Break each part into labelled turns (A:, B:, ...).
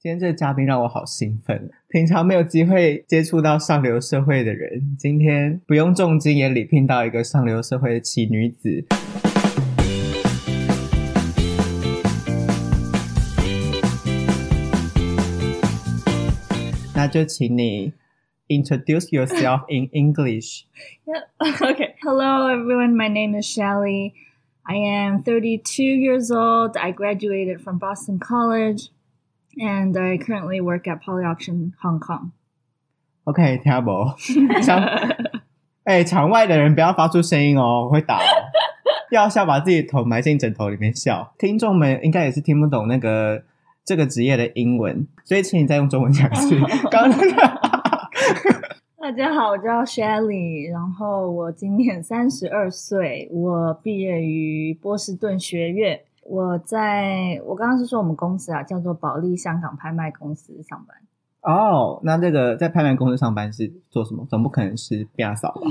A: 今天这个嘉宾让我好兴奋，平常没有机会接触到上流社会的人，今天不用重金也礼聘到一个上流社会的奇女子。那就请你 introduce yourself in English。
B: Yeah. Okay. Hello, everyone. My name is Shelly. I am 32 years old. I graduated from Boston College and I currently work at Poly Auction Hong Kong.
A: OK，听不懂？ 想哎、场外的人不要发出声音哦，我会 打、哦。要笑，把自己头埋进枕头里面笑。听众们应该也是听不懂那个这个职业的英文，所以请你再用中文讲一 次。刚刚那个
B: 大家好，我叫 Shelly，然后我今年三十二岁，我毕业于波士顿学院。我在我刚刚是说我们公司啊，叫做保利香港拍卖公司上班。
A: 哦，那这个在拍卖公司上班是做什么？总不可能是变 嫂吧？。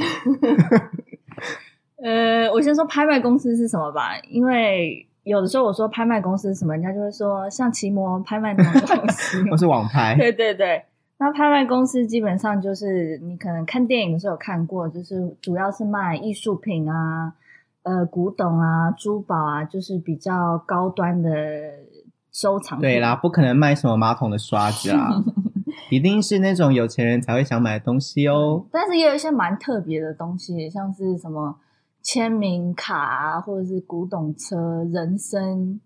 B: 呃，我先说拍卖公司是什么吧，因为有的时候我说拍卖公司是什么，人家就会说像奇摩拍卖那种公司
A: 我是网拍。
B: 对对对，那拍卖公司基本上就是你可能看电影的时候有看过，就是主要是卖艺术品啊、呃古董啊、珠宝啊，就是比较高端的收藏品。
A: 对啦，不可能卖什么马桶的刷子 啦，一定是那种有钱人才会想买的东西哦。
B: 但是也有一些蛮特别的东西，像是什么签名卡啊，或者是古董车、人参、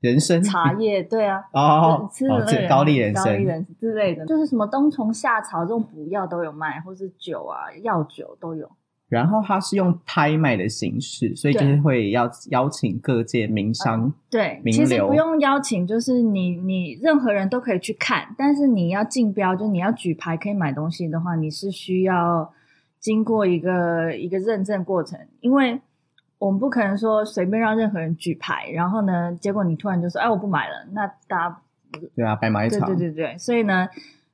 A: 人参
B: 茶叶，对啊。
A: 哦，
B: 吃的
A: 哦
B: 那个
A: 这高丽人
B: 啊高
A: 参
B: 丽，人参之类的，就是什么冬虫夏草这种补药都有卖，或是酒啊、药酒都有。
A: 然后它是用拍卖的形式，所以就
B: 对啊
A: 是会邀邀请各界名商。
B: 对，
A: 名
B: 其实
A: 流
B: 不用邀请，就是你你任何人都可以去看，但是你要竞标，就你要举牌可以买东西的话，你是需要经过一个一个认证过程，因为我们不可能说随便让任何人举牌，然后呢，结果你突然就说哎我不买了，那大家
A: 对啊，白马一
B: 对
A: 场。
B: 对对对，所以呢，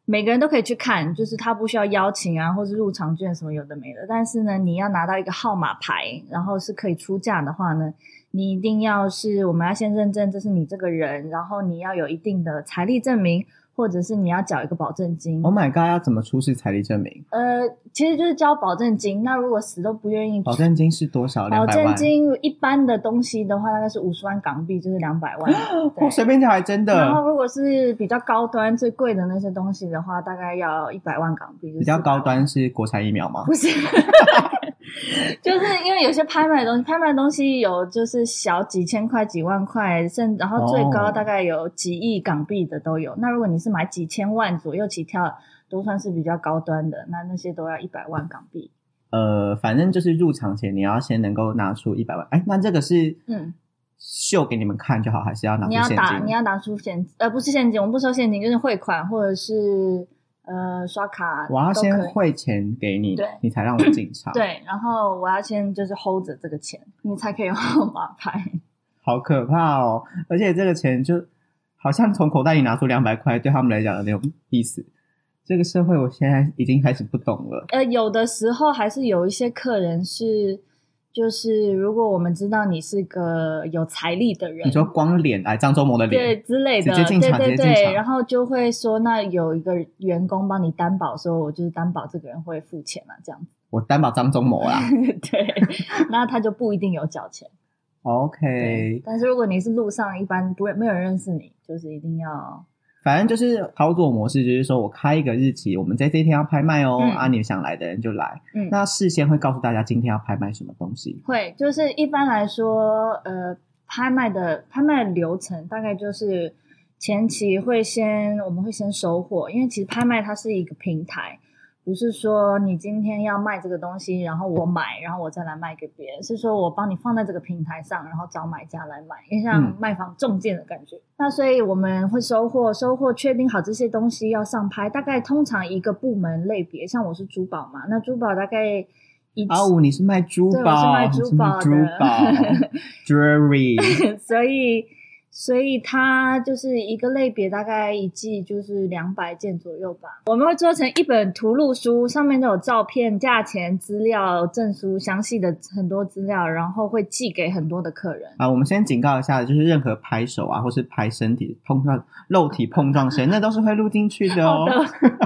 B: 每个人都可以去看，就是他不需要邀请啊，或是入场券什么有的没的。但是呢，你要拿到一个号码牌，然后是可以出价的话呢，你一定要是我们要先认证这是你这个人，然后你要有一定的财力证明，或者是你要缴一个保证金。
A: Oh my god，要怎么出示财力证明？
B: 呃，其实就是交保证金。那如果死都不愿意
A: 保证金是多少？两
B: 保
A: 百万
B: 证。金一般的东西的话，大概是五十万港币，就是两百万。对
A: 我哦随便讲，还真
B: 然后
A: 的
B: 如果是比较高端、最贵的那些东西的话，大概要一百万港币。就是
A: 比较
B: 400
A: 高端是国产疫苗吗？
B: 不是， 就是因为有些拍卖的东西，拍卖的东西有就是小几千块、几万块，甚然后最高
A: 哦
B: 大概有几亿港币的都有。那如果你是买几千万左右起跳，都算是比较高端的，那那些都要一百万港币。
A: 呃，反正就是入场前你要先能够拿出一百万。哎，那这个是
B: 嗯，
A: 秀给你们看就好，还是要拿出
B: 你要
A: 现
B: 打你
A: 金？
B: 要拿出现呃不是现金，我们不收现金，就是汇款或者是呃刷卡都可以。
A: 我要先汇钱给你
B: 对，
A: 你才让我进 场。，
B: 对，然后我要先就是 hold 着这个钱，你才可以用号码牌。
A: 好可怕哦！而且这个钱就好像从口袋里拿出两百块，对他们来讲的那种意思。这个社会我现在已经开始不懂了。
B: 呃，有的时候还是有一些客人是，就是如果我们知道你是个有财力的人，
A: 你说光脸，哎，张忠谋的
B: 对
A: 脸，
B: 之类的，
A: 直接进场
B: 对对
A: 直接进
B: 对，
A: 场
B: 然后就会说，那有一个员工帮你担保，说我就是担保这个人会付钱啊，这样子。
A: 我担保张忠谋啊啦。
B: 对，那他就不一定有缴钱。
A: OK，
B: 但是如果你是路上一般不没有人认识你，就是一定要
A: 反正就是操作模式，就是说我开一个日期，我们在这一天要拍卖哦，
B: 嗯
A: 啊，你想来的人就来。
B: 嗯。
A: 那事先会告诉大家今天要拍卖什么东西。
B: 会，就是一般来说，呃，拍卖的拍卖的流程大概就是前期会先我们会先收货，因为其实拍卖它是一个平台，不是说你今天要卖这个东西，然后我买，然后我再来卖给别人，是说我帮你放在这个平台上，然后找买家来买，因
A: 嗯
B: 为像卖房中介的感觉。那所以我们会收货，收货确定好这些东西要上拍，大概通常一个部门类别，像我是珠宝嘛，那珠宝大概。一
A: 阿啊五，你是卖珠
B: 嗯对我是
A: 宝，
B: 卖
A: 你
B: 珠
A: 是卖
B: 宝的
A: 珠宝，jewelry。
B: 所以，所以它就是一个类别，大概一季就是两百件左右吧。我们会做成一本图录书，上面都有照片、价钱、资料、证书，详细的很多资料，然后会寄给很多的客人。
A: 啊，我们先警告一下，就是任何拍手啊，或是拍身体碰撞、肉体碰撞声，那都是会录进去的哦。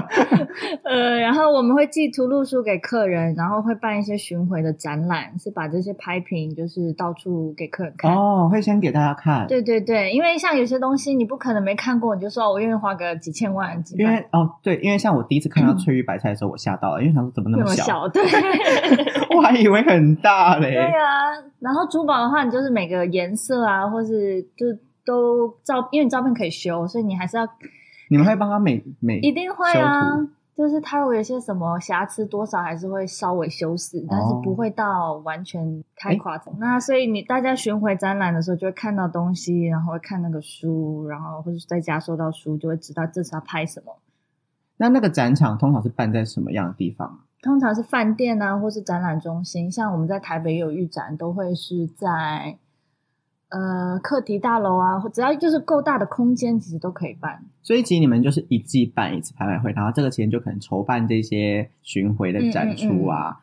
B: 呃，然后我们会寄图录书给客人，然后会办一些巡回的展览，是把这些拍品就是到处给客人看。
A: 哦，会先给大家看，
B: 对对对，因为像有些东西你不可能没看过，你就说哦我愿意花个几千万、几
A: 因为
B: 百，
A: 哦，对，因为像我第一次看到翠玉白菜的时候，我吓到了，因为想说怎么那
B: 那
A: 么
B: 嗯么
A: 小，
B: 小，对
A: 我还以为很大嘞。
B: 对啊。然后珠宝的话，你就是每个颜色啊，或是就都照，因为你照片可以修，所以你还是要
A: 你们会帮他美美
B: 一定会啊
A: 修。
B: 就是它如果有些什么瑕疵，多少还是会稍微修饰，但是不会到完全太夸张。那所以你大家巡回展览的时候，就会看到东西，然后会看那个书，然后或者在家收到书，就会知道这是要拍什么。
A: 那那个展场通常是办在什么样的地方？啊
B: 通常是饭店啊，或是展览中心，像我们在台北也有预展，都会是在呃课题大楼啊，或只要就是够大的空间，其实都可以办。
A: 所以其实你们就是一季办一次拍卖会，然后这个钱就可能筹办这些巡回的展出啊。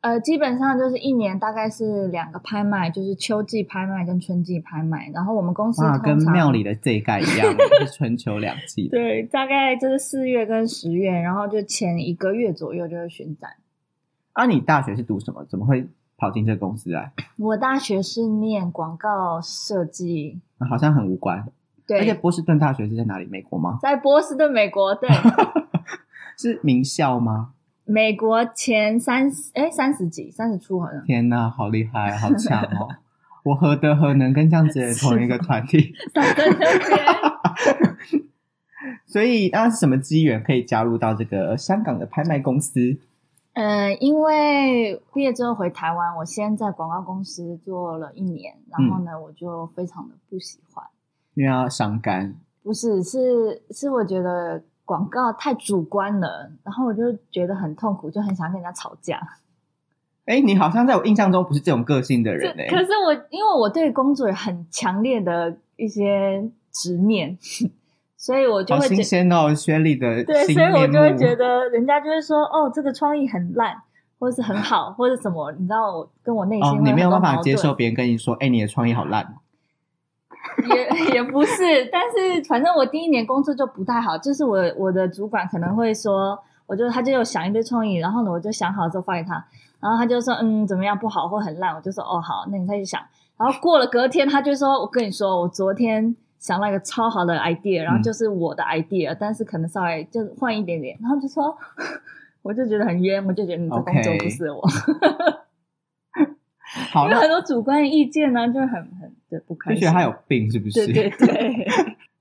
B: 呃，基本上就是一年大概是两个拍卖，就是秋季拍卖跟春季拍卖。然后我们公司
A: 哇，
B: 通
A: 跟
B: 常
A: 庙里的这一盖一 样，就是春秋两季的。
B: 对，大概就是四月跟十月，然后就前一个月左右就会巡展。
A: 啊，你大学是读什么？怎么会跑进这个公司来？
B: 我大学是念广告设计，
A: 啊好像很无关。而且
B: 对，
A: 波士顿大学是在哪里？美国吗？
B: 在波士顿，美国， 对，
A: 是名校吗？
B: 美国前三十，哎，三十几，三十出好像
A: 天哪，好厉害，好强哦！ 我何德何能跟这样子的人同一个团体？
B: 三十几。
A: 所以那是什么机缘可以加入到这个香港的拍卖公司？
B: 呃，因为毕业之后回台湾，我先在广告公司做了一年，然后呢，我就非常的不喜欢。
A: 因为要伤肝，
B: 不是，是是，我觉得广告太主观了，然后我就觉得很痛苦，就很想跟人家吵架。
A: 哎、你好像在我印象中不是这种个性的人哎、
B: 可是我因为我对工作有很强烈的一些执念， 所以我就
A: 好
B: 会
A: 新
B: 觉
A: 鲜哦，薛丽的
B: 对，
A: 新
B: 所以
A: 面目哦
B: 我就会觉得人家就会说哦，这个创意很烂，或是很好，或者什么，你知道我跟我内心
A: 哦
B: 会，
A: 你没有办
B: 很多
A: 法
B: 矛
A: 接
B: 盾
A: 受别人跟你说，哎、你的创意好烂，
B: 也也 不是，但是反正我第一年工作就不太好，就是我我的主管可能会说，我就他就有想一堆创意，然后呢我就想好之后发给他，然后他就说嗯怎么样不好或很烂，我就说哦好，那你再去想，然后过了隔天他就说我跟你说我昨天想到一个超好的 idea，然后就是
A: 嗯
B: 我的 idea，、但是可能稍微就换一点点，然后就说 我就觉得很冤，我就觉得你这工作
A: OK
B: 不是我
A: 好，
B: 因为
A: 那
B: 很多主观的意见呢、就很很对不开
A: 就觉
B: 心，
A: 得他有病是不是？
B: 对对对。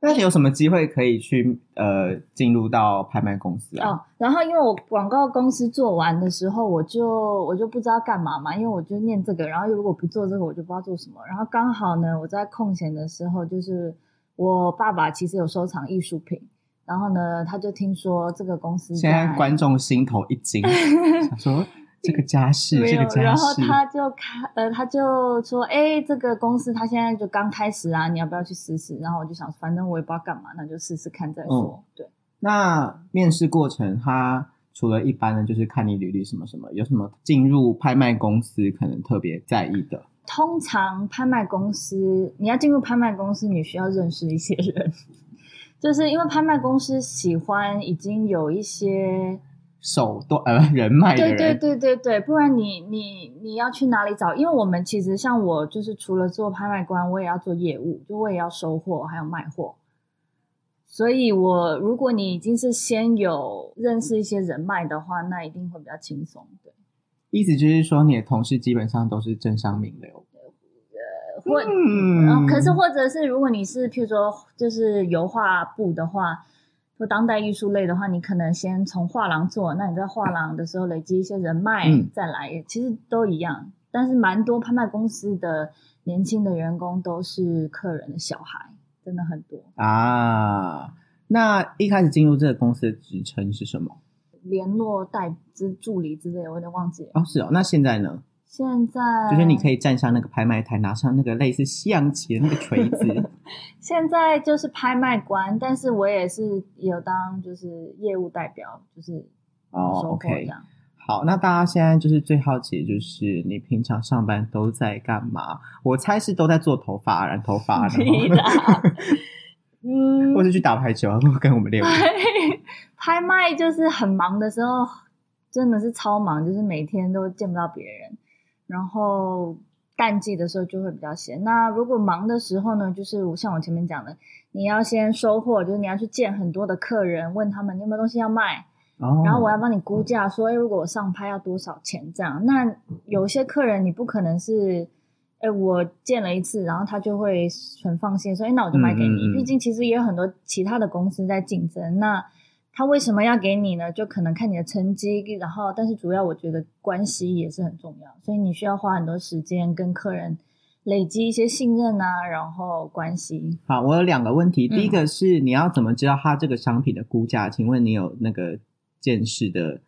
A: 那有什么机会可以去呃进入到拍卖公司啊？
B: 哦，然后因为我广告公司做完的时候，我就我就不知道干嘛嘛，因为我就念这个，然后如果不做这个，我就不知道做什么。然后刚好呢，我在空闲的时候，就是我爸爸其实有收藏艺术品，然后呢，他就听说这个公司
A: 现在观众心头一 惊，想说这个家世，
B: 没
A: 这
B: 有
A: 个，家
B: 然后
A: 世，
B: 他就开呃，他就说，哎，这个公司他现在就刚开始啊，你要不要去试试？然后我就想，反正我也不知道干嘛，那就试试看再说。
A: 哦
B: 对。
A: 那面试过程，他除了一般的，就是看你履历什么什么，有什么进入拍卖公司可能特别在意的？
B: 通常拍卖公司，你要进入拍卖公司，你需要认识一些人， 就是因为拍卖公司喜欢已经有一些，
A: 手段呃 人脉的
B: 对
A: 人，
B: 对对对对，不然你你你要去哪里找？因为我们其实像我，就是除了做拍卖官，我也要做业务，就我也要收货，还有卖货。所以我如果你已经是先有认识一些人脉的话，那一定会比较轻松。对，
A: 意思就是说你的同事基本上都是政商名流，
B: 或
A: 嗯
B: 然后哦可是或者是如果你是譬如说就是油画部的话，或当代艺术类的话，你可能先从画廊做，那你在画廊的时候累积一些人脉，
A: 嗯
B: 再来，其实都一样。但是蛮多拍卖公司的年轻的员工都是客人的小孩，真的很多。
A: 啊。那一开始进入这个公司的职称是什么？
B: 联络代之助理之类，我有点忘记了。
A: 哦，是哦。那现在呢？
B: 现在
A: 就是你可
B: 以
A: 以站上那个拍卖台，拿上那个类似象棋的那个锤子，
B: 现在就是拍卖官，但是我也是有当就是业务代表，就是
A: 哦
B: 收货这
A: ，OK，
B: 样。
A: 好，那大家现在就是最好奇，就是你平常上班都在干嘛？我猜是都在做头发、染头发，然
B: 屁
A: 后
B: 啦 嗯，
A: 或是去打排球，然后跟我们练舞。
B: 哎拍拍卖就是很忙的时候，真的是超忙，就是每天都见不到别人。然后淡季的时候就会比较闲。那如果忙的时候呢，就是我像我前面讲的，你要先收货，就是你要去见很多的客人，问他们你有没有东西要卖，
A: 哦，
B: 然后我要帮你估价，说，哎，如果我上拍要多少钱这样。那有些客人你不可能是，哎，我见了一次，然后他就会很放心说，哎，那我就买给你。
A: 嗯嗯嗯
B: 毕竟其实也有很多其他的公司在竞争，那他为什么要给你呢？就可能看你的成绩，然后但是主要我觉得关系也是很重要，所以你需要花很多时间跟客人累积一些信任啊，然后关系。
A: 好，我有两个问题，
B: 嗯
A: 第一个是你要怎么知道它这个商品的估价？请问你有那个见识的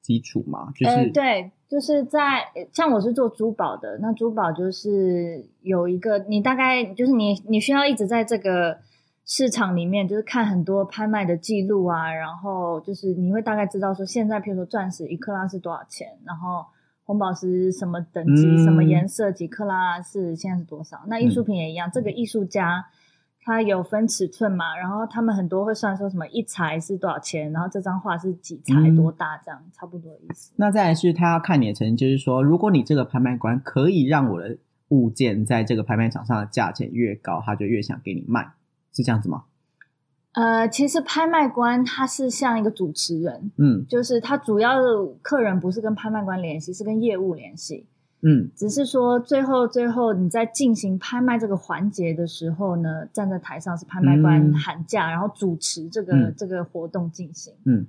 A: 基础吗？就是、
B: 呃，对，就是在像我是做珠宝的，那珠宝就是有一个，你大概就是你你需要一直在这个市场里面，就是看很多拍卖的记录啊，然后就是你会大概知道说现在，譬如说钻石一克拉是多少钱，然后。红宝石什么等级、
A: 嗯
B: 什么颜色、几克拉是现在是多少？那艺术品也一样，这个艺术家他有分尺寸嘛，然后他们很多会算说什么一裁是多少钱，然后这张画是几裁
A: 嗯
B: 多大，这样、差不多的意思。
A: 那再来是他要看你的成绩，就是说，如果你这个拍卖官可以让我的物件在这个拍卖场上的价钱越高，他就越想给你卖，是这样子吗？
B: 呃，其实拍卖官他是像一个主持人，
A: 嗯
B: 就是他主要的客人不是跟拍卖官联系，是跟业务联系。
A: 嗯
B: 只是说最后最后你在进行拍卖这个环节的时候呢，站在台上是拍卖官
A: 嗯
B: 喊价，然后主持这个、
A: 嗯
B: 这个活动进行。
A: 嗯。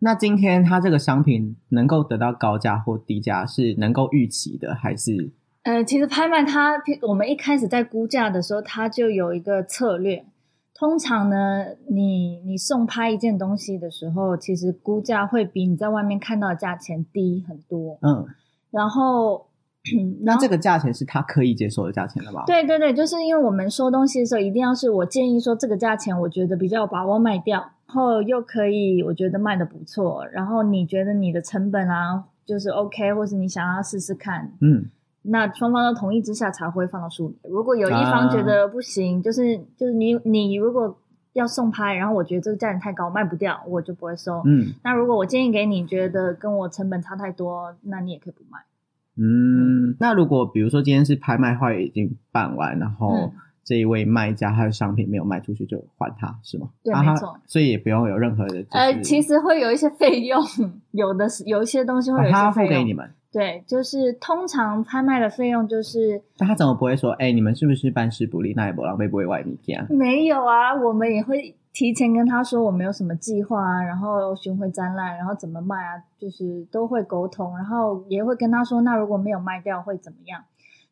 A: 那今天他这个商品能够得到高价或低价，是能够预期的，还是
B: 呃，其实拍卖它，我们一开始在估价的时候，它就有一个策略。通常呢，你你送拍一件东西的时候，其实估价会比你在外面看到的价钱低很多。
A: 嗯？
B: 然后， 然
A: 那
B: 后
A: 这个价钱是他可以接受的价钱了吧？
B: 对对对，就是因为我们收东西的时候，一定要是我建议说这个价钱，我觉得比较有把握卖掉，然后又可以我觉得卖的不错，然后你觉得你的成本啊就是 OK，或是你想要试试看，
A: 嗯，
B: 那双方都同意之下才会放到书里。如果有一方觉得不行，
A: 啊
B: 就是就是你你如果要送拍，然后我觉得这个价钱太高，卖不掉，我就不会收。
A: 嗯
B: 那如果我建议给你，觉得跟我成本差太多，那你也可以不卖。
A: 嗯，那如果比如说今天是拍卖会已经办完，然后
B: 嗯
A: 这一位卖家他的商品没有卖出去，就还他是吗？
B: 对
A: 啊
B: 没
A: 他
B: 错
A: 所以也不用有任何的、就是、
B: 呃，其实会有一些费用，有的是有一些东西会有
A: 哦
B: 一
A: 他
B: 些
A: 付
B: 费
A: 给
B: 用。
A: 你们，
B: 对，就是通常拍卖的费用就是
A: 但他怎么不会说，哎、你们是不是办事不力，那也不浪费不会外米啊？
B: 没有啊，我们也会提前跟他说我们有什么计划啊，然后巡回展览，然后怎么卖啊，就是都会沟通，然后也会跟他说，那如果没有卖掉会怎么样？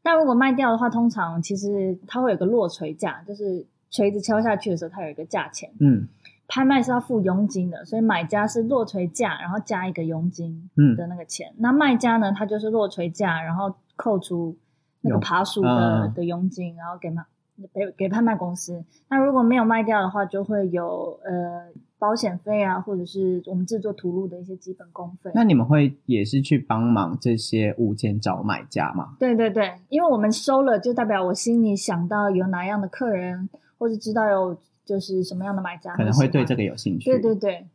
B: 那如果卖掉的话，通常其实它会有个落锤价，就是锤子敲下去的时候，它有一个价钱。
A: 嗯
B: 拍卖是要付佣金的，所以买家是落锤价，然后加一个佣金。
A: 嗯
B: 的那个钱。那卖家呢，他就是落锤价，然后扣除那个
A: 佣
B: 爬树的、
A: 嗯
B: 的佣金，然后给卖给给拍卖公司。那如果没有卖掉的话，就会有呃保险费啊，或者是我们制作图录的一些基本工费。
A: 那你们会也是去帮忙这些物件找买家吗？
B: 对对对，因为我们收了，就代表我心里想到有哪样的客人，或者知道有就是什么样的买家
A: 可能会对
B: 喜
A: 这
B: 欢。
A: 个有兴趣。
B: 对对对，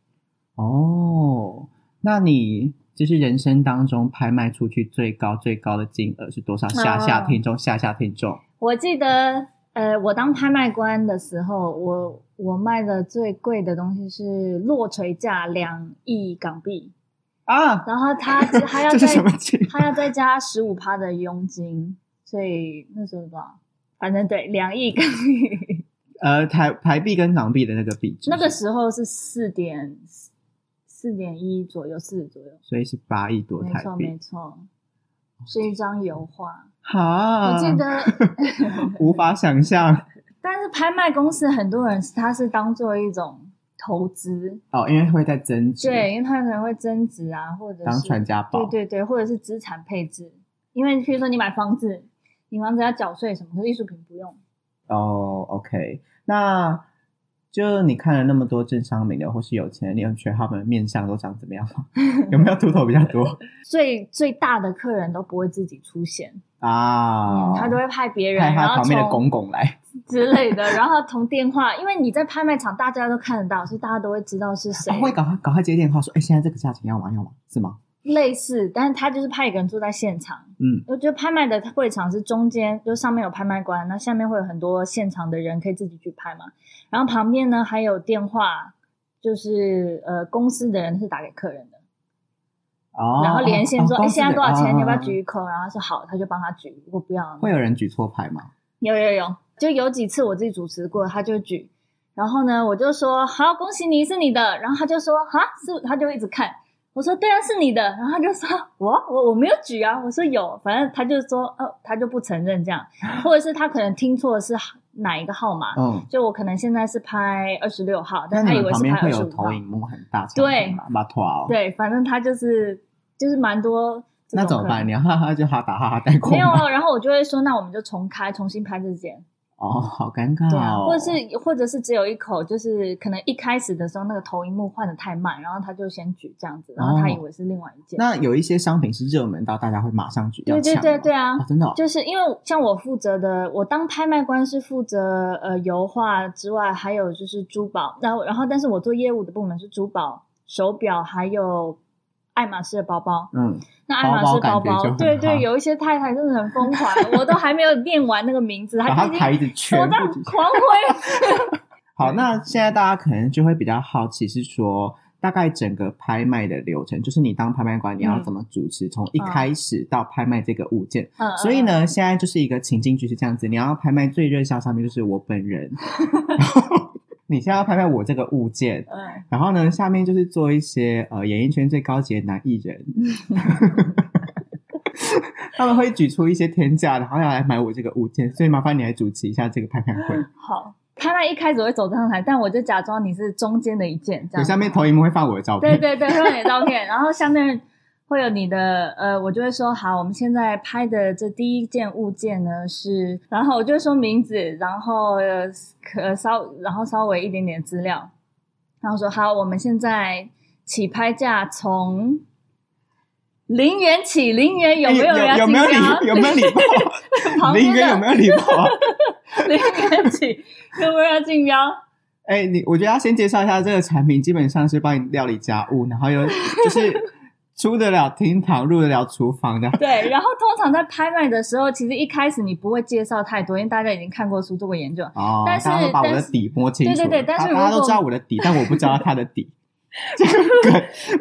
A: 哦，那你就是人生当中拍卖出去最高最高的金额是多少？下下
B: 哦
A: 听众，下下听众。
B: 我记得，呃，我当拍卖官的时候，我我卖的最贵的东西是落锤价两亿港币，
A: 啊，
B: 然后 他只还要
A: 这是
B: 再
A: 什么剧？
B: 他要再加十五趴的佣金，所以那时候吧，反正对两亿港币，
A: 呃，台台币跟港币的那个比值，
B: 那个时候是四点四点一左右，四左右，
A: 所以是八亿多
B: 没
A: 台
B: 错没
A: 币。
B: 错，是一张油画，
A: 好，
B: 我记得。
A: 无法想象
B: 但是拍卖公司很多人是他是当做一种投资，
A: 哦，因为会在增值，
B: 对，，因为它可能会增值啊，或者是
A: 当传家宝，
B: 对对对，或者是资产配置，因为譬如说你买房子，你房子要缴税什么，可是艺术品不用，
A: 哦，OK，那就你看了那么多政商名流或是有钱人，你有觉得他们的面相都长怎么样 吗？有没有秃头比较多
B: 最最大的客人都不会自己出现，
A: 啊？
B: 嗯他都会派别人，
A: 派
B: 然
A: 他
B: 后
A: 旁边的
B: 从
A: 公公来，
B: 之类的，然后从电话，因为你在拍卖场大家都看得到，所以大家都会知道是谁
A: 他，啊会赶快赶快接电话说：“哎、现在这个价钱要吗？要吗？是吗
B: 类似，但是他就是派一个人坐在现场。？”
A: 嗯，
B: 我觉得拍卖的会场是中间，就上面有拍卖官，那下面会有很多现场的人可以自己去拍嘛。然后旁边呢还有电话，就是呃公司的人是打给客人的，
A: 哦，
B: 然后连线说：“
A: 哎、
B: 哎、现在多少钱？你要不要
A: 啊
B: 举一口？”然后他说：“好。”他就帮他举。如果不要，
A: 会有人举错牌吗？
B: 有有有，就有几次我自己主持过，他就举，然后呢，我就说好，恭喜你是你的，然后他就说哈是，他就一直看，我说对啊是你的，然后他就说我我我没有举啊，我说有，反正他就说哦，他就不承认这样，或者是他可能听错是哪一个号码，
A: 嗯，
B: 就我可能现在是拍二十六号，但
A: 那
B: 他
A: 你
B: 以
A: 们
B: 为
A: 旁
B: 是
A: 边
B: 拍
A: 会
B: 二十
A: 有
B: 五号
A: 投，影幕很大，
B: 对，
A: 马托哦，，
B: 对，反正他就是就是蛮多这
A: 那
B: 种
A: 怎么
B: 客人
A: 办？你要哈哈就哈打哈哈带过吗
B: 没有，啊然后我就会说，那我们就重开，重新拍这件。
A: 哦，好尴尬
B: 对啊，
A: 哦，
B: 或者是或者是只有一口，就是可能一开始的时候那个投影幕换的太慢，然后他就先举这样子，然后他以为是另外一件。
A: 那有一些商品是热门到大家会马上举，
B: 对对
A: 要抢
B: 对
A: 吗
B: 对啊
A: 哦，真的哦
B: 就是因为像我负责的，我当拍卖官是负责呃油画之外，还有就是珠宝，然后然后但是我做业务的部门是珠宝、手表，还有爱马仕的包包。
A: 嗯，
B: 那爱马仕
A: 哦包包
B: 包
A: 感觉
B: 包，
A: 就很
B: 对
A: 好
B: 对，有一些太太真的很疯狂，我都还没有念完那个名字，
A: 把
B: 她
A: 它
B: 就已经
A: 牌子
B: 手
A: 全
B: 到
A: 部举起来
B: 狂挥。
A: 好，那现在大家可能就会比较好奇，是说大概整个拍卖的流程，就是你当拍卖官，你要
B: 嗯哦
A: 怎么主持，从一开始到拍卖这个物件。
B: 嗯嗯
A: 所以呢，现在就是一个情境剧是这样子，你要拍卖最热销商品就是我本 人，你现在要拍卖我这个物件。
B: 嗯，
A: 然后呢，下面就是做一些呃演艺圈最高级的男艺 人，他们会举出一些天价，然后要来买我这个物件，所以麻烦你来主持一下这个拍卖会。
B: 好，他那一开始会走上台，但我就假装你是中间的一件，这
A: 对，
B: 样。
A: 下面投影幕会放我的照片。
B: 对对对，会有你的照片，然后下面会有你的呃，我就会说好，我们现在拍的这第一件物件呢是，然后我就会说名字，然后呃可稍然后稍微一点点资料，然后说好，我们现在起拍价从。零元起，零元有没
A: 哎有
B: 人要
A: 有没有
B: 竞标
A: 礼有没有礼貌？
B: 旁边
A: 林哥
B: 的
A: 有没有礼貌啊？
B: 零元起，有没有人要竞标？
A: 哎、你我觉得要先介绍一下这个产品，基本上是帮你料理家务，然后 又就是出得了厅堂，入得了厨房的。
B: 对，然后通常在拍卖的时候，其实一开始你不会介绍太多，因为大家已经看过书、做过研究。
A: 哦，
B: 但是
A: 大家都把我的
B: 但是
A: 底摸清楚了，
B: 对对对但
A: 大
B: 是
A: 大家
B: 如
A: 都
B: 果
A: 知道我的底，但我不知道他的 底。这个梗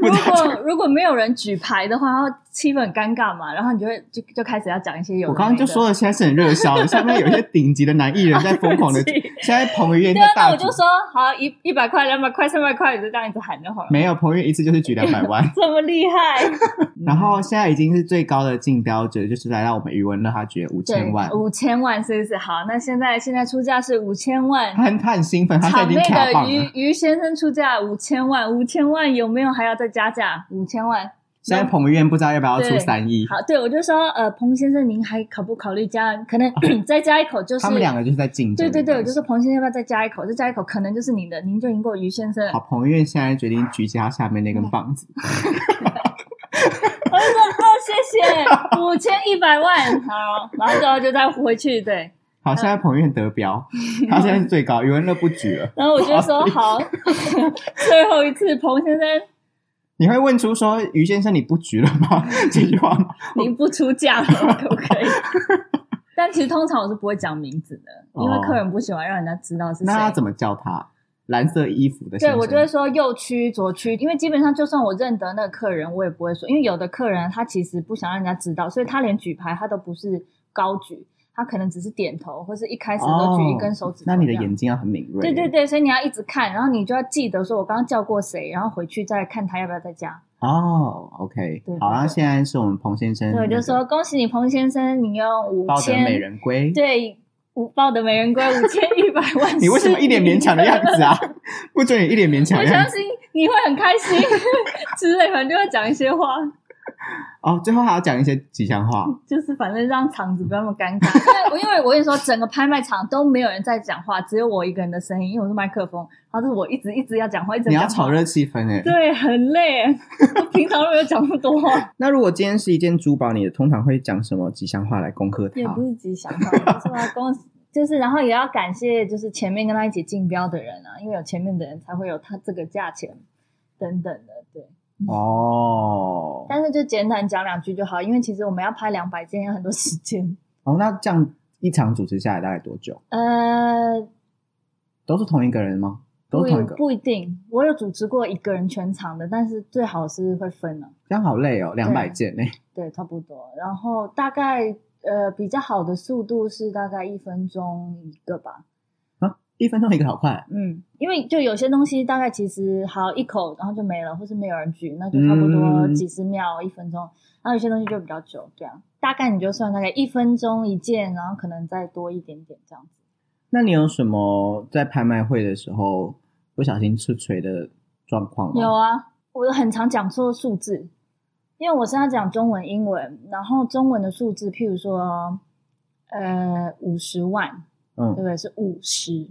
A: 不
B: 如
A: 知道
B: 果如果没有人举牌的话，然后气氛很尴尬嘛，然后你就会就就开始要讲一些有
A: 我
B: 的没的。，
A: 刚刚就说了，现在是很热销的，下面有一些顶级的男艺人在疯狂的
B: 对不起
A: 现在彭于晏
B: 对
A: 在
B: 啊，那
A: 大
B: 我
A: 举
B: 就说好一一百块、两百块、三百块，你就这样一直喊就好了。
A: 没有彭于晏一次就是举两百万，
B: 这么厉害， 嗯
A: 然后现在已经是最高的竞标者，就是来到我们余文乐，他举五
B: 对
A: 千万，，
B: 五千万是不是？好，那现在现在出价是五千万，
A: 他很他很兴奋，他现在
B: 场
A: 已经
B: 内
A: 卡
B: 的
A: 棒
B: 于
A: 了。
B: 于先生出价五千万，五千万有没有还要再加价？五千万，
A: 现在彭于晏不知道要不要出三亿，
B: 好，对我就说，呃，彭先生，您还考不考虑加？可能再加一口就是
A: 他们两个就是在竞争。
B: 对对对，我就说彭先生要不要再加一口？再加一口，可能就是您的，您就赢过于先生了。
A: 好，彭于晏现在决定举起他下面那根棒子，
B: 嗯我就说哦，谢谢，五千一百万，好，然后之后就再回去，对，
A: 好，现在彭于晏得 标，他现在是最高，余文乐不举了。
B: 然后我就说好， 最后一次，彭先生
A: 你会问出说于先生你不举了 吗？这句话吗？
B: 您不出价了，可 不可以？但其实通常我是不会讲名字的，因为
A: 哦
B: 客人不喜欢让人家知道是谁。
A: 那他怎么叫他？蓝色衣服的先
B: 对，
A: 生，
B: 我就会说右区、左区，因为基本上就算我认得那个客人，我也不会说，因为有的客人他其实不想让人家知道，所以他连举牌他都不是高举，他可能只是点头，或是一开始都举一根手
A: 哦
B: 指、
A: 那你的。眼睛要很敏锐。
B: 对对对，所以你要一直看，然后你就要记得说，我刚刚叫过谁，然后回去再看他要不要再加。
A: 哦，OK，
B: 对对
A: 好，那
B: 对
A: 现在是我们彭先生，
B: 对，我就说恭喜你，彭先生，你用五
A: 嗯抱得
B: 千，
A: 美人归。
B: 对，五抱得美人归五千一百 万，
A: 你为什么一脸勉强的 样子啊？不准你一脸勉强
B: 我
A: 的
B: 相
A: 样子。
B: 信你会很开心之类，反正就会讲一些话。
A: 哦，最后还要讲一些吉祥话，
B: 就是反正让场子不要那么尴 尬。因为因为我跟你说，整个拍卖场都没有人在讲话，只有我一个人的声音，因为我是麦克风，然后就是我一直一直要讲话，一直
A: 你
B: 讲
A: 要
B: 话
A: 炒热气氛哎。
B: 对，很累。我平常没有讲那么 多话，
A: 那如果今天是一件珠宝，你通常会讲什么吉祥话来攻克
B: 也
A: 它
B: 不？是吉祥话，就是要恭喜，就是然后也要感谢，就是前面跟他一起竞标的人啊，因为有前面的人才会有他这个价钱等等的，对。
A: 哦，
B: 但是就简短讲两句就好，因为其实我们要拍两百件，要很多时 间。
A: 哦，那这样一场主持下来大概多久？
B: 呃，
A: 都是同一个人吗？都
B: 不
A: 是同一个，
B: 不一定，我有主持过一个人全场的，但是最好是会分了、
A: 这样好累哦，两百件哎。
B: 对，差不多。然后大概呃比较好的速度是大概一分钟一个吧，
A: 啊，一分钟一个好快，
B: 嗯，因为就有些东西大概其实好一口，然后就没了，或是没有人举，那就差不多
A: 嗯
B: 几十秒、一分钟。然后有些东西就比较久，对啊，大概你就算大概一分钟一件，然后可能再多一点点这样子。
A: 那你有什么在拍卖会的时候不小心吃锤的状况吗？
B: 有啊，我很常讲错数字，因为我现在讲中文、英文，然后中文的数字，譬如说，呃，五十万，对不
A: 嗯，
B: 对？是五十。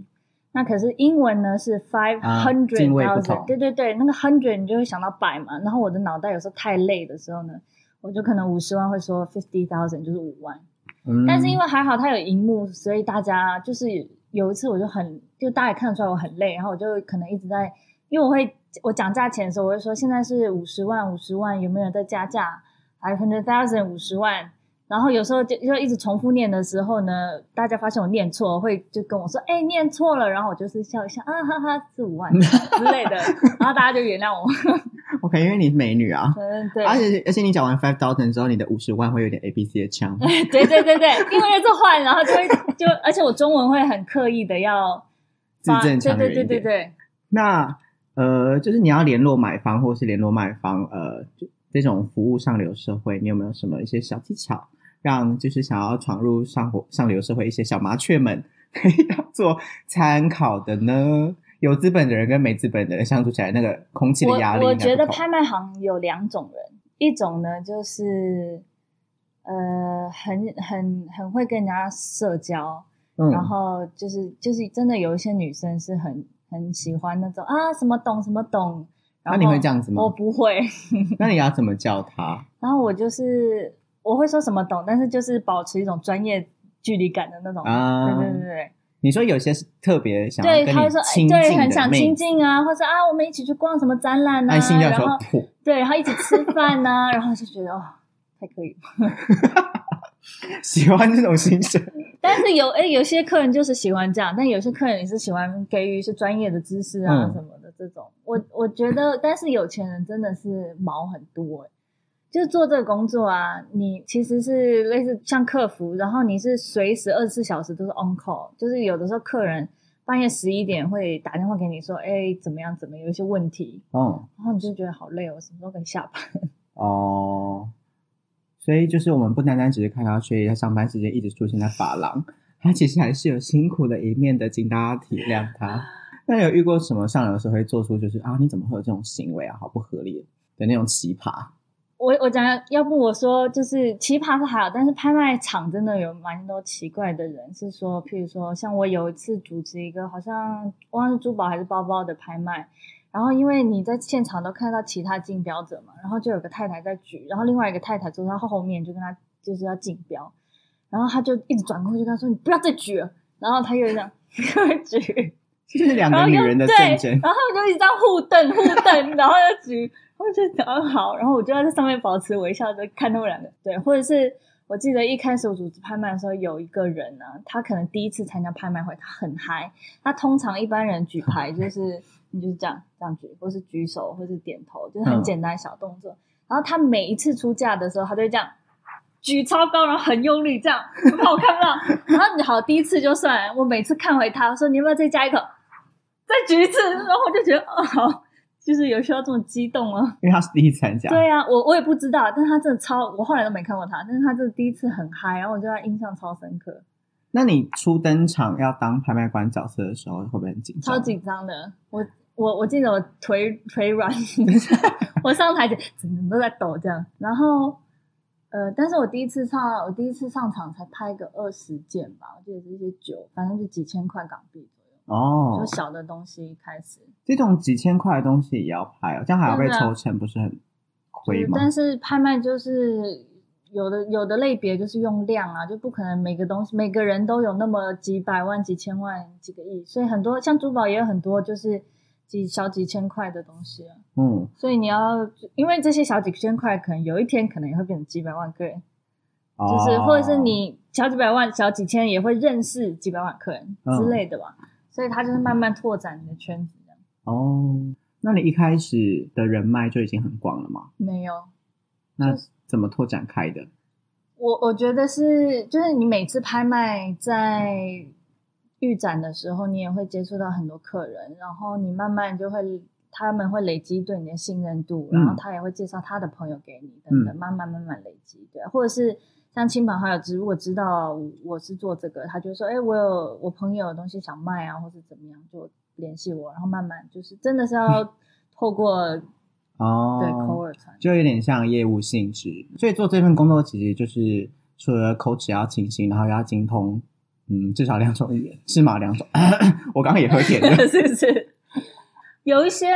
B: 那可是英文呢是 five
A: 啊
B: hundred
A: 敬畏不
B: thousand，、
A: 同
B: 对对对，那个 hundred 你就会想到百嘛。然后我的脑袋有时候太累的时候呢，我就可能五十万会说 fifty thousand，就是五万。
A: 嗯
B: 但是因为还好它有荧幕，所以大家就是有一次我就很，就大家也看得出来我很累，然后我就可能一直在，因为我会我讲价钱的时候，我会说现在是五十万，五十万有没有在加价？five hundred thousand 五十万。然后有时候就就一直重复念的时候呢，大家发现我念错，会就跟我说：“哎、念错了。”然后我就是笑一笑，啊哈哈，四 五万之类的，然后大家就原谅我。
A: 嗯 OK，因为你是美女啊，
B: 嗯，对，
A: 而且而且你讲完 five thousand 之后，你的五十万会有点 A B C 的腔。
B: 对对对对，因为这换，然后就会就，而且我中文会很刻意的要发
A: 字正腔圆一
B: 对对
A: 点
B: 对对对，
A: 那呃，就是你要联络买方或是联络卖方，呃，就这种服务上流社会，你有没有什么一些小技巧，让就是想要闯入上火上流社会一些小麻雀们可以当做参考的呢？有资本的人跟没资本的人相处起来，那个空气的压力
B: 我我
A: 应该
B: 觉得
A: 不同
B: 拍卖行有两种人，一种呢就是呃很很很会跟人家社交，
A: 嗯，
B: 然后就是就是真的有一些女生是很很喜欢那种啊什么懂什么懂，
A: 那
B: 然后
A: 你会这样子吗
B: 我？不会，
A: 那你要怎么叫他？
B: 然后我就是我会说什么懂，但是就是保持一种专业距离感的那种，
A: 啊
B: 对对对对。
A: 你说有些是特别想要
B: 对，
A: 跟
B: 他
A: 你
B: 会说，哎
A: 亲近的妹子，
B: 对，很想亲近啊，或者啊，我们一起去逛什么展览啊，
A: 安心要
B: 然
A: 说
B: 后
A: 破。
B: 对，然后一起吃饭呐、然后就觉得哦，还可以。
A: 喜欢这种心声。
B: 但是有哎，有些客人就是喜欢这样，但有些客人也是喜欢给予是专业的知识啊
A: 嗯
B: 什么的这种。我我觉得，但是有钱人真的是毛很多、欸，就是做这个工作啊，你其实是类似像客服，然后你是随时二十四小时都是 on call，就是有的时候客人半夜十一点会打电话给你说，哎，怎么样怎么样，有一些问题，
A: 嗯，
B: 然后你就觉得好累哦，我什么时候可以下班？
A: 哦，所以就是我们不单单只是看到薛姨在上班时间一直出现在发廊，她其实还是有辛苦的一面的，请大家体谅她。那有遇过什么上流社会做出就是啊，你怎么会有这种行为啊，好不合理的那种奇葩？
B: 我我讲，要不我说就是奇葩是还好，但是拍卖场真的有蛮多奇怪的人，是说，譬如说，像我有一次主持一个好像忘了是珠宝还是包包的拍卖，然后因为你在现场都看到其他竞标者嘛，然后就有个太太在举，然后另外一个太太坐在她后面就跟她就是要竞标，然后她就一直转过去跟她说：“你不要再举了。”然后她又这样 又举，
A: 就是两
B: 然
A: 个
B: 后
A: 女
B: 又
A: 人的
B: 对，
A: 战争。
B: 然后他们就一直这样互瞪互瞪，然后就举，我就觉得好，然后我就在这上面保持微笑，就看他们两个，对，或者是我记得一开始我组织拍卖的时候，有一个人呢、他可能第一次参加拍卖会，他很嗨，他通常一般人举牌就是你就是这样这样举，或是举手，或是点头，就是很
A: 嗯
B: 简单的小动作，然后他每一次出价的时候，他就会这样。举超高，然后很用力，这样怕我看不到。然后你好，第一次就算了，我每次看回他说你要不要再加一口，再举一次，然后我就觉得哦，好，就是有需要这么激动吗？
A: 因为她是第一次参加，
B: 对啊，我我也不知道，但是他真的超，我后来都没看过他，但是他真的第一次很嗨，然后我对他印象超深刻，
A: 那你初登场要当拍卖官角色的时候，会不会很紧张？
B: 超紧张的。我我我记得我 腿腿软，我上台前整个都在抖这样，然后呃，但是我第一次上，我第一次上场才拍个二十件吧，我记得是一些酒，反正就几千块港币左右，
A: 哦
B: 就，小的东西开始。
A: 这种几千块的东西也要拍哦，这样还要被抽成，不是很亏
B: 是
A: 吗？
B: 但是拍卖就是有的有的类别就是用量啊，就不可能每个东西每个人都有那么几百万、几千万、几个亿，所以很多像珠宝也有很多就是几小几千块的东西啊。
A: 嗯，
B: 所以你要因为这些小几千块，可能有一天可能也会变成几百万个人，
A: 哦
B: 就是或者是你小几百万、小几千也会认识几百万客人
A: 嗯
B: 之类的吧。所以它就是慢慢拓展你的圈子这样。
A: 哦哦，那你一开始的人脉就已经很广了嘛？
B: 没有，
A: 那怎么拓展开的？
B: 我我觉得是，就是你每次拍卖在预展的时候，你也会接触到很多客人，然后你慢慢就会，他们会累积对你的信任度，
A: 嗯
B: 然后他也会介绍他的朋友给你，等等，慢慢慢慢累积，对啊，或者是像亲朋好友，如果知道我是做这个，他就说，哎、我有我朋友有东西想卖啊，或是怎么样，就联系我，然后慢慢就是真的是要透过
A: 嗯哦，
B: 对口耳传。
A: 就有点像业务性质。所以做这份工作其实就是除了口齿要清晰，然后也要精通，嗯，至少两种语言，是吗？两种。 我刚刚也喝甜 的。
B: 是不是？有一些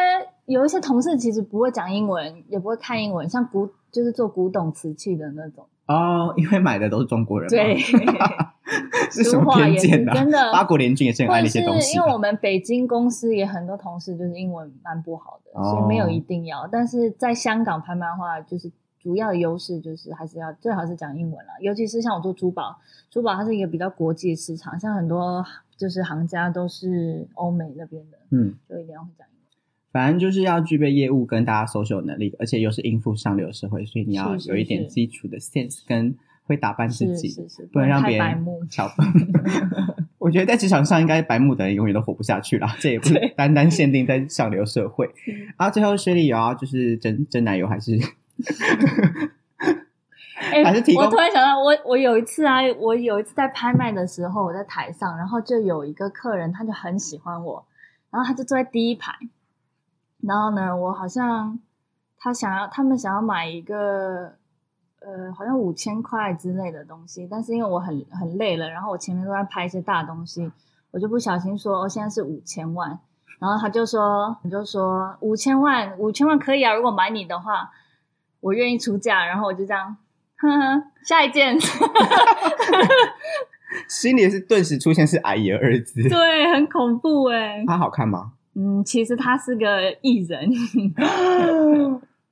B: 有一些同事其实不会讲英文，也不会看英文，像古就是做古董瓷器的 那种，
A: 哦，因为买的都是中国人嘛，
B: 对，
A: 是什
B: 书
A: 么
B: 画
A: 偏
B: 也是
A: 见呐、
B: 真的
A: 八国联军也是很
B: 或
A: 爱
B: 者
A: 那
B: 是
A: 些东西啊
B: 因
A: 吧。
B: 为我们北京公司也很多同事就是英文蛮不好的，
A: 哦
B: 所以没有一定要。但是在香港拍卖的话，就是主要的优势就是还是要最好是讲英文了，尤其是像我做珠宝，珠宝它是一个比较国际市场，像很多就是行家都是欧美那边的，
A: 嗯，
B: 就一定要会讲英文。
A: 反正就是要具备业务跟大家 social 能力，而且又是应付上流社会，所以你要
B: 是是
A: 有一点
B: 是
A: 基础的 sense 跟会打扮自
B: 是
A: 己，
B: 是是，
A: 不能让
B: 太
A: 别
B: 白
A: 人
B: 目。
A: 瞧不。 我觉得在职场上，应该白目的人永远都活不下去啦。这也不是单单限定在上流社 会。然后最后雪里有要啊就是真真奶油还是
B: 哎，
A: 还是提供
B: 我突然想到，我我有一次啊，我有一次在拍卖的时候，我在台上，然后就有一个客人，他就很喜欢我，然后他就坐在第一排，然后呢，我好像他想要，他们想要买一个。呃，好像五千块之类的东西，但是因为我很很累了，然后我前面都在拍一些大东西，我就不小心说，哦，现在是五千万，然后他就说，你就说五千万，五千万可以啊，如果买你的话，我愿意出价，然后我就这样，呵呵，下一件，
A: 心里是顿时出现是阿姨的二字？
B: 对，很恐怖哎、
A: 她好看 吗？
B: 嗯，其实他是个艺 人，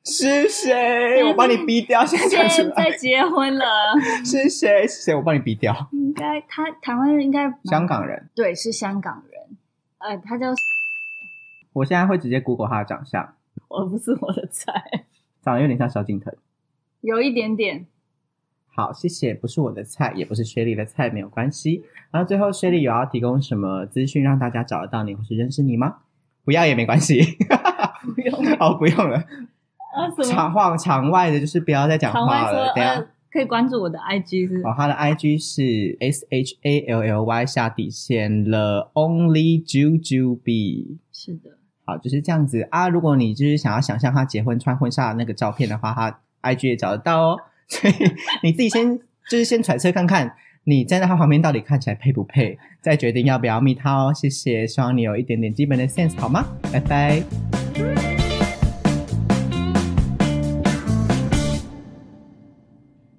A: 是谁？我帮你逼掉，现在讲
B: 现
A: 出来。
B: 在结婚了，
A: 是谁？是谁？我帮你逼掉。
B: 应该他台湾人应该
A: 香港人，
B: 对是香港人，呃，他叫
A: 我现在会直接 Google 她的长相，
B: 我不是我的菜，
A: 长得有点像萧敬腾。
B: 有一点点，
A: 好，谢谢，不是我的菜，也不是雪莉的菜，没有关系。然后最后，雪莉有要提供什么资讯让大家找得到你或是认识你吗？不要也没关系，
B: 不用
A: 哦，不用 了。
B: 啊什么，
A: 场话场外的就是不要再讲
B: 场外
A: 话
B: 说
A: 了，等一下
B: 呃。可以关注我的 IG 是
A: 哦，他的 IG 是 S H A L L Y 下底线了 Only Juju B。
B: 是的，
A: 好，就是这样子啊。如果你就是想要想象他结婚穿婚纱的那个照片的话，他 IG 也找得到哦。 所以你自己先就是先揣测看看，你站在他旁边到底看起来配不配，再决定要不要密他哦。谢谢，希望你有一点点基本的 sense 好吗？拜拜。
B: 拜